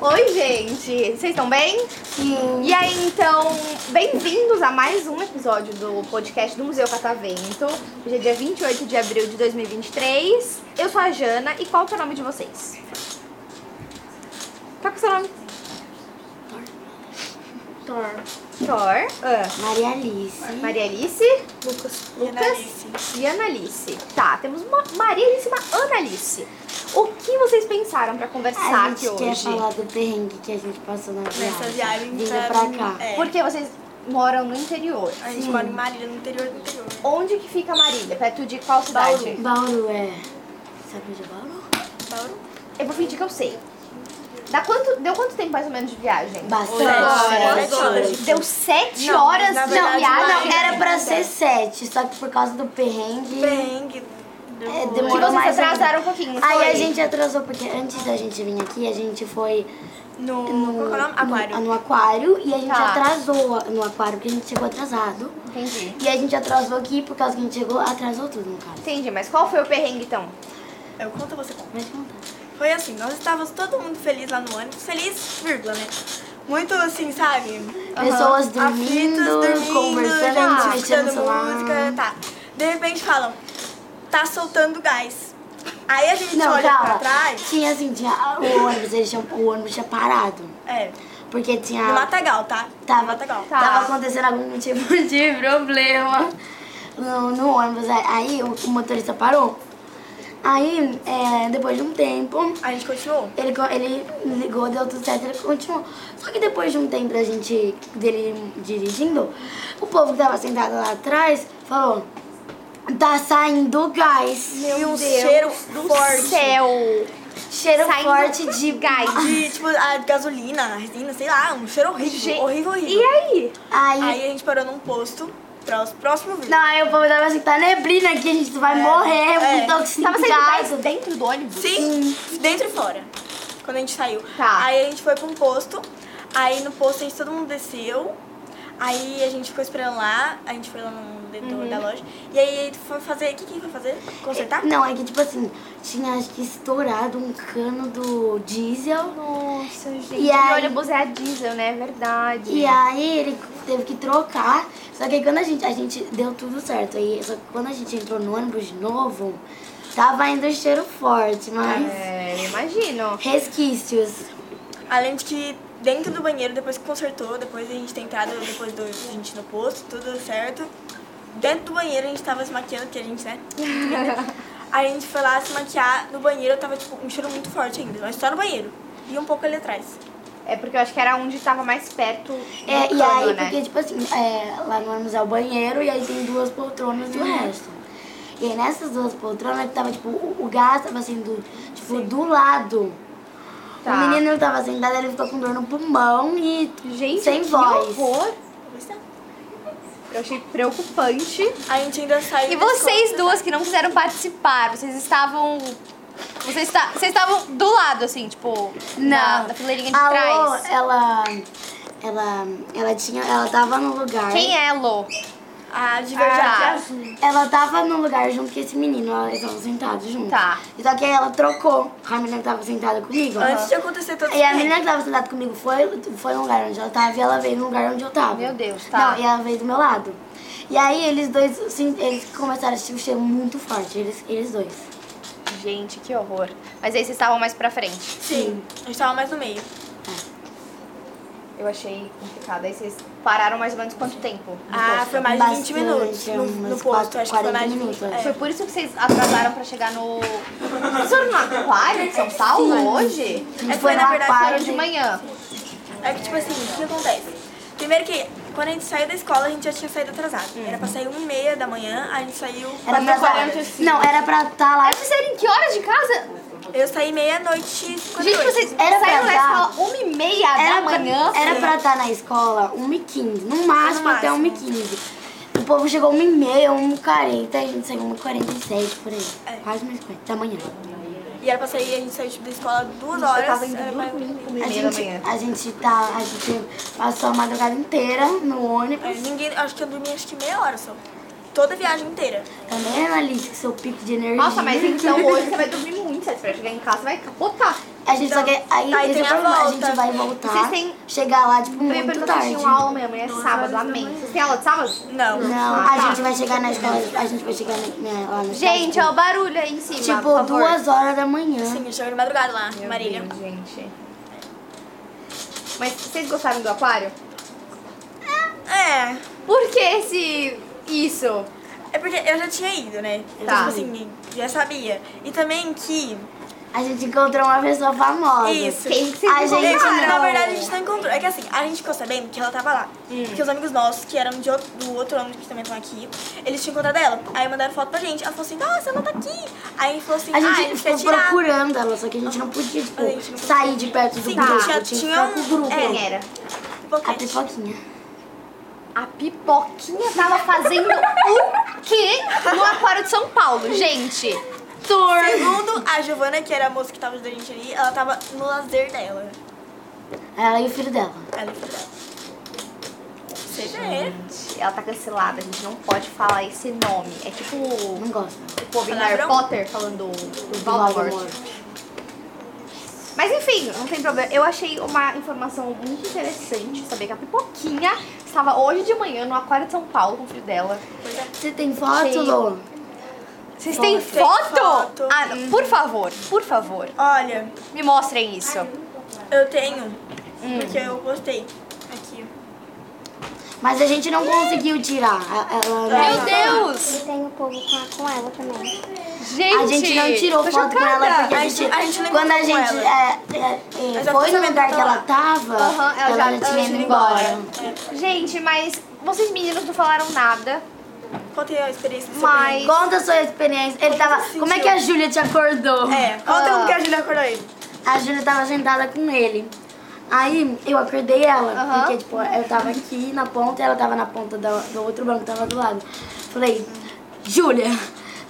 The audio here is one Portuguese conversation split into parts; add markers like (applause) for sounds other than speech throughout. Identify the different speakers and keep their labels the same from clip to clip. Speaker 1: Oi, gente! Vocês estão bem? Sim. E aí, então, bem-vindos a mais um episódio do podcast do Museu Catavento. Hoje é dia 28 de abril de 2023. Eu sou a Jana e qual que é o nome de vocês? Qual que é o seu nome?
Speaker 2: Thor,
Speaker 1: Thor, ah,
Speaker 2: Maria Alice,
Speaker 1: Maria Alice
Speaker 2: Lucas,
Speaker 1: e Analice. Tá, temos uma Maria Alice e uma Analice. O que vocês pensaram pra conversar
Speaker 2: A Ah, gente
Speaker 1: aqui
Speaker 2: quer
Speaker 1: hoje?
Speaker 2: falar do perrengue que a gente passou na viagem.
Speaker 3: Nessa viagem
Speaker 2: Vindo
Speaker 3: pra-
Speaker 2: pra cá.
Speaker 3: é.
Speaker 1: Porque vocês moram no interior.
Speaker 3: A gente mora em Marília, no interior do interior.
Speaker 1: Onde que fica Marília? Perto de qual cidade?
Speaker 3: Bauru.
Speaker 2: Bauru é... Sabe onde é Bauru?
Speaker 3: Bauru?
Speaker 1: Eu vou fingir que eu sei. Dá quanto, deu quanto tempo mais ou menos de viagem?
Speaker 3: é
Speaker 2: Bastante.
Speaker 3: horas.
Speaker 2: Sete
Speaker 3: horas.
Speaker 1: Deu sete
Speaker 3: Não,
Speaker 1: horas
Speaker 3: é na
Speaker 1: de
Speaker 3: verdade,
Speaker 1: viagem?
Speaker 2: Não, era pra ser sete, só que por causa do perrengue...
Speaker 3: Perrengue. Tipo,
Speaker 2: É,
Speaker 1: Que
Speaker 2: demorou
Speaker 1: vocês
Speaker 2: mais
Speaker 1: atrasaram um
Speaker 2: ainda.
Speaker 1: pouquinho, não foi?
Speaker 2: Aí a gente atrasou, porque antes da gente vir aqui, a gente foi
Speaker 3: No.
Speaker 2: no,
Speaker 3: Qual que é o nome? Aquário.
Speaker 2: no- no aquário e a gente
Speaker 1: Tá.
Speaker 2: atrasou no aquário, porque a gente chegou atrasado.
Speaker 1: Entendi.
Speaker 2: E a gente atrasou aqui por causa que a gente chegou, atrasou tudo no caso.
Speaker 1: Entendi, mas qual foi o perrengue então?
Speaker 3: É, Eu conto você conta.
Speaker 2: Mas contar.
Speaker 3: Foi assim, nós estávamos todo mundo feliz lá no ônibus. Feliz, vírgula, né? Muito assim, sabe?
Speaker 2: Pessoas dormindo,
Speaker 3: Aflitas, dormindo,
Speaker 2: conversando,
Speaker 3: gente
Speaker 2: mexendo no
Speaker 3: escutando
Speaker 2: celular.
Speaker 3: música, tá. De repente falam, tá soltando gás. Aí a gente
Speaker 2: Não,
Speaker 3: olha pra
Speaker 2: calma.
Speaker 3: trás.
Speaker 2: Tinha assim, tinha o ônibus, eles tinham, o ônibus tinha parado.
Speaker 3: É,
Speaker 2: Porque tinha.
Speaker 3: no Matagal, tá? No
Speaker 2: Tava,
Speaker 3: Matagal.
Speaker 1: Tá.
Speaker 2: tava acontecendo algum tipo (laughs) de problema no, no ônibus. Aí o, o motorista parou. Aí, é, depois de um tempo,
Speaker 3: A gente continuou.
Speaker 2: ele, co- ele ligou, deu tudo certo, ele continuou. Só que depois de um tempo da gente dele dirigindo, o povo que tava sentado lá atrás falou: tá saindo gás. um
Speaker 3: Meu
Speaker 1: Deus
Speaker 3: um cheiro
Speaker 1: do
Speaker 3: forte.
Speaker 1: céu!
Speaker 2: Cheiro
Speaker 1: Saindo
Speaker 2: forte de gás.
Speaker 3: De, tipo, a gasolina, a resina, sei lá, um cheiro horrível,
Speaker 1: Gente,
Speaker 3: horrível,
Speaker 1: E é-
Speaker 3: horrível.
Speaker 1: aí?
Speaker 2: Aí,
Speaker 3: Aí a gente parou num posto, pra os próximo vídeo.
Speaker 2: não, aí o povo tava assim, tá neblina aqui, a gente vai morrer,
Speaker 3: é.
Speaker 2: é.
Speaker 1: Tava saindo
Speaker 2: intoxicado.
Speaker 1: gás dentro do ônibus?
Speaker 3: Sim, dentro e fora. Quando a gente saiu.
Speaker 1: Tá.
Speaker 3: Aí a gente foi pra um posto. Aí no posto a gente todo mundo desceu. Aí a gente ficou esperando lá. A gente foi lá no dentro da loja. E aí foi fazer. O que, que foi fazer? Consertar?
Speaker 2: Não, é que tipo assim, tinha acho que estourado um cano do diesel.
Speaker 1: Nossa, gente.
Speaker 2: E
Speaker 1: E
Speaker 2: aí?
Speaker 1: ônibus é a diesel, né? É verdade.
Speaker 3: Uhum.
Speaker 2: E aí ele teve que trocar. Só que aí quando a gente, a gente deu tudo certo. Aí, só que quando a gente entrou no ônibus de novo, tava indo cheiro forte, mas
Speaker 1: É, imagino.
Speaker 2: resquícios.
Speaker 3: Além de que dentro do banheiro, depois que consertou, depois a gente ter entrado, depois do a gente no posto, tudo certo. Dentro do banheiro a gente tava se maquiando, porque a gente, né? Aí a gente foi lá se maquiar no banheiro, eu tava tipo um cheiro muito forte ainda, mas só no banheiro. E um pouco ali atrás.
Speaker 1: É porque eu acho que era onde tava mais perto do
Speaker 2: É, e
Speaker 1: cano,
Speaker 2: aí,
Speaker 1: né?
Speaker 2: porque, tipo assim, é, lá no ônibus é o banheiro e aí tem duas poltronas do
Speaker 1: Uhum.
Speaker 2: resto. E aí nessas duas poltronas que tava, tipo, o, o gás tava sendo, tipo, do lado.
Speaker 1: Tá.
Speaker 2: O menino tava sentado, ele ficou com dor no pulmão e
Speaker 1: Gente,
Speaker 2: sem
Speaker 1: que
Speaker 2: voz.
Speaker 1: horror.
Speaker 3: Vamos ver se dá.
Speaker 1: Eu achei preocupante.
Speaker 3: A gente ainda saiu.
Speaker 1: E
Speaker 3: da
Speaker 1: vocês
Speaker 3: escola.
Speaker 1: duas que não quiseram participar, vocês estavam. Vocês, esta- vocês estavam do lado, assim, tipo. Na, na fileirinha de
Speaker 2: a Lô,
Speaker 1: trás.
Speaker 2: ela, ela, ela tinha, ela tava no lugar.
Speaker 1: Quem é Lô?
Speaker 3: A de verdade
Speaker 1: Ah.
Speaker 3: azul.
Speaker 2: Ela tava no lugar junto com esse menino, ela- eles estavam sentados juntos.
Speaker 1: Tá.
Speaker 2: Só que aí ela trocou com a menina que tava sentada comigo.
Speaker 3: Antes de acontecer tudo
Speaker 2: Ah. E a menina que tava sentada comigo foi, foi no lugar onde ela tava e ela veio no lugar onde eu tava.
Speaker 1: Meu Deus, tá.
Speaker 2: Não, e ela veio do meu lado. E aí eles dois, assim, eles começaram a sentir um cheiro muito forte, eles, eles dois.
Speaker 1: Gente, que horror. Mas aí vocês estavam mais pra frente.
Speaker 3: Sim, a gente tava mais no meio.
Speaker 1: Eu achei complicado. Aí vocês pararam mais ou menos quanto tempo?
Speaker 3: Ah, foi mais de
Speaker 2: Bastante,
Speaker 3: 20 minutos no, no
Speaker 2: umas
Speaker 3: posto. Acho que foi
Speaker 2: 40
Speaker 3: mais de É. 20
Speaker 2: minutos, né?
Speaker 3: minutos.
Speaker 1: Foi por isso que vocês atrasaram pra chegar no. Vocês foram no aquário de São Paulo hoje?
Speaker 2: A gente
Speaker 3: É,
Speaker 2: foi
Speaker 3: foi,
Speaker 2: no
Speaker 3: na verdade,
Speaker 2: aquário
Speaker 1: Foram de manhã.
Speaker 3: É que, tipo assim, o que acontece? Primeiro que, quando a gente saiu da escola, a gente já tinha saído atrasado.
Speaker 1: Hum.
Speaker 3: Era pra sair 1 e meia da manhã, a gente saiu...
Speaker 2: Era pra
Speaker 3: quatro
Speaker 2: tá-
Speaker 3: e É quarenta.
Speaker 2: Não, era pra estar lá.
Speaker 1: Aí vocês saíram em que horas de casa?
Speaker 3: Eu saí meia-noite e
Speaker 1: Gente,
Speaker 3: 58.
Speaker 1: vocês
Speaker 2: Era pra
Speaker 1: saíram da
Speaker 2: dar-
Speaker 1: escola uma e meia da
Speaker 2: Era pra,
Speaker 1: manhã?
Speaker 2: era pra estar na escola 1h15, no máximo
Speaker 3: No
Speaker 2: até
Speaker 3: máximo.
Speaker 2: 1h15. O povo chegou 1h30, 1h40, a gente saiu 1h47 por aí.
Speaker 3: É.
Speaker 2: Quase 1h50 da manhã.
Speaker 3: E E era pra sair, a gente saiu tipo, da escola duas
Speaker 1: Eu
Speaker 3: horas.
Speaker 1: tava indo
Speaker 3: era pra-
Speaker 1: dormir com
Speaker 2: A
Speaker 1: meia da manhã.
Speaker 2: gente, a gente tá. A gente passou a madrugada inteira no
Speaker 3: É,
Speaker 2: ônibus.
Speaker 3: ninguém, acho que eu dormi acho que meia hora só. Toda a viagem inteira.
Speaker 2: Também analise Tá que seu pico de energia.
Speaker 1: Nossa, mas então hoje você vai dormir muito, você vai chegar em casa, você vai capotar.
Speaker 2: (laughs) A gente
Speaker 1: então,
Speaker 2: só quer. Aí,
Speaker 3: Aí
Speaker 2: esse é o
Speaker 3: tem a
Speaker 2: problema, a
Speaker 3: volta.
Speaker 2: gente vai
Speaker 1: Vocês
Speaker 2: voltar.
Speaker 1: têm-
Speaker 2: Chegar lá, tipo,
Speaker 1: Eu ia
Speaker 2: muito
Speaker 1: perguntar se
Speaker 2: tarde.
Speaker 1: tinham aula amanhã, amanhã é
Speaker 3: Duas
Speaker 1: sábado,
Speaker 3: horas da
Speaker 1: amém.
Speaker 3: manhã.
Speaker 1: Vocês têm aula de sábado?
Speaker 3: Não.
Speaker 2: Não,
Speaker 1: Ah,
Speaker 2: a gente vai chegar na escola. A gente vai chegar na, na- lá na
Speaker 1: tá. Gente,
Speaker 2: escola,
Speaker 1: ó, o barulho aí em cima.
Speaker 2: tipo,
Speaker 1: por favor.
Speaker 2: duas horas da manhã.
Speaker 3: Sim, eu cheguei de madrugada lá, em
Speaker 1: Meu
Speaker 3: Marília.
Speaker 1: Deus, gente. Mas vocês gostaram do aquário?
Speaker 3: É.
Speaker 1: Por que esse. Isso?
Speaker 3: É porque eu já tinha ido, né? Então,
Speaker 1: Tá.
Speaker 3: Tipo assim, já sabia. E também que.
Speaker 2: A gente encontrou uma pessoa famosa.
Speaker 3: Isso.
Speaker 1: Quem que vocês
Speaker 2: A gente
Speaker 3: É,
Speaker 1: encontraram?
Speaker 3: na verdade, a gente não encontrou. É que assim, a gente ficou sabendo que ela tava lá.
Speaker 2: Hum.
Speaker 3: Porque os amigos nossos, que eram de outro, do outro ônibus que também estão aqui, eles tinham encontrado ela. Aí mandaram foto pra gente. Ela falou assim, nossa, ela tá aqui. Aí a gente falou assim,
Speaker 2: A gente
Speaker 3: ah, eles
Speaker 2: ficou
Speaker 3: querem tirar.
Speaker 2: procurando ela, só que a gente não podia, tipo,
Speaker 3: A gente não
Speaker 2: sair de perto do
Speaker 3: Sim,
Speaker 2: grupo.
Speaker 1: tinha- É.
Speaker 2: Tinha, que ficar
Speaker 3: tinha
Speaker 2: com o
Speaker 3: um-
Speaker 2: grupo.
Speaker 3: é.
Speaker 1: Quem era?
Speaker 2: A
Speaker 3: Pipoquete.
Speaker 2: pipoquinha.
Speaker 1: A pipoquinha tava fazendo o quê no aquário de São Paulo, gente? Tour.
Speaker 3: Segundo a Giovana, que era a moça que tava ajudando a gente ali, ela tava no lazer dela.
Speaker 2: Ela e o filho dela.
Speaker 3: Ela foi dela. Você vê.
Speaker 1: Gente, Ela tá cancelada, a gente não pode falar esse nome. É tipo
Speaker 2: Não
Speaker 1: o
Speaker 2: gosta.
Speaker 1: povo em Harry
Speaker 3: Palavrão?
Speaker 1: Potter falando do Voldemort.
Speaker 2: Voldemort.
Speaker 1: Mas enfim, não tem problema. Eu achei uma informação muito interessante saber que a Pipoquinha estava hoje de manhã no Aquário de São Paulo com o filho dela.
Speaker 3: Pois é.
Speaker 2: Você tem foto,
Speaker 1: Sim.
Speaker 2: Lô?
Speaker 1: Vocês têm
Speaker 3: Tem
Speaker 1: foto?
Speaker 3: foto.
Speaker 1: Ah, não. por favor, por favor,
Speaker 3: Olha,
Speaker 1: me mostrem isso.
Speaker 3: eu tenho,
Speaker 2: Hum.
Speaker 3: porque eu postei aqui.
Speaker 2: Mas a gente não conseguiu tirar. A- Ela, né?
Speaker 1: Meu
Speaker 2: ela-
Speaker 1: Deus!
Speaker 4: E tem o povo com, com ela também.
Speaker 1: Gente,
Speaker 2: A gente não tirou
Speaker 1: tô
Speaker 2: foto com
Speaker 1: chocada.
Speaker 2: ela porque a
Speaker 3: A
Speaker 2: gente,
Speaker 3: gente- a gente não
Speaker 2: quando a
Speaker 3: encontrou
Speaker 2: gente
Speaker 3: com
Speaker 2: é, é, é,
Speaker 3: Eu já
Speaker 2: foi
Speaker 3: fui
Speaker 2: no lugar que
Speaker 3: lá.
Speaker 2: ela tava,
Speaker 1: Aham, ela já-
Speaker 2: ela já
Speaker 1: ela
Speaker 2: tinha ido
Speaker 1: tinha ido
Speaker 2: embora.
Speaker 3: É,
Speaker 1: Gente, mas vocês meninos não falaram nada.
Speaker 3: Contei a experiência do seu
Speaker 1: Mas-
Speaker 3: primo.
Speaker 2: Conta a sua experiência. Ele tava.
Speaker 3: você
Speaker 2: Como é
Speaker 3: sentiu?
Speaker 2: que a Júlia te acordou?
Speaker 3: É, conta
Speaker 1: Ah.
Speaker 3: como que a Julia acordou ele.
Speaker 2: A Júlia tava sentada com ele. Aí eu acordei ela,
Speaker 1: Aham.
Speaker 2: porque tipo, eu tava aqui na ponta e ela tava na ponta do, do outro banco, tava do lado. Falei, Júlia,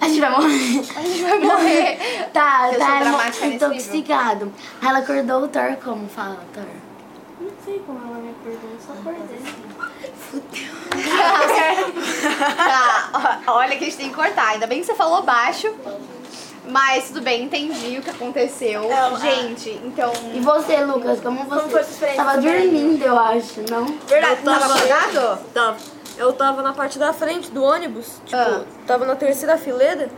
Speaker 2: a gente vai morrer.
Speaker 1: A gente vai morrer.
Speaker 2: (laughs) tá,
Speaker 1: Eu sou
Speaker 2: tá
Speaker 1: dramática nesse
Speaker 2: intoxicado. Aí ela acordou o Thor como? Fala, Thor.
Speaker 4: Não sei como ela me acordou, eu só acordei.
Speaker 1: (laughs) Tá, ó, olha que a gente tem que cortar. Ainda bem que você falou baixo. Mas tudo bem, entendi o que aconteceu.
Speaker 3: Não,
Speaker 1: gente, então.
Speaker 2: E você, Lucas, como você?
Speaker 3: foi a sua experiência
Speaker 2: tava
Speaker 3: também?
Speaker 2: dormindo, eu acho, não?
Speaker 3: Verdade,
Speaker 1: Tava acordado?
Speaker 5: Tava. Eu tava na parte da frente do ônibus, tipo,
Speaker 1: Ah.
Speaker 5: tava na terceira fileira.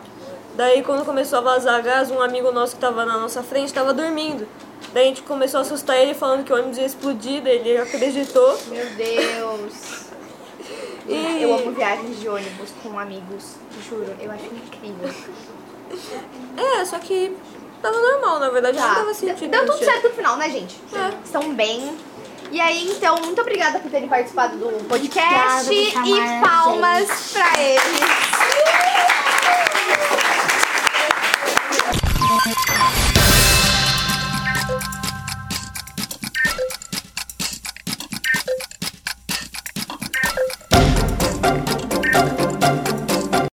Speaker 5: Daí quando começou a vazar gás, um amigo nosso que tava na nossa frente tava dormindo. Daí a gente começou a assustar ele falando que o ônibus ia explodir, daí ele acreditou.
Speaker 1: Meu Deus.
Speaker 5: E
Speaker 1: Eu amo viagens de ônibus com amigos, juro, eu acho incrível.
Speaker 5: É, só que tava normal, na verdade, eu
Speaker 1: Tá.
Speaker 5: não tava sentindo.
Speaker 1: Deu tudo
Speaker 5: cheiro.
Speaker 1: certo no final, né, gente?
Speaker 5: É.
Speaker 1: Estão bem. E aí, então, muito obrigada por terem participado do podcast
Speaker 2: Obrigada por chamar
Speaker 1: e palmas pra eles.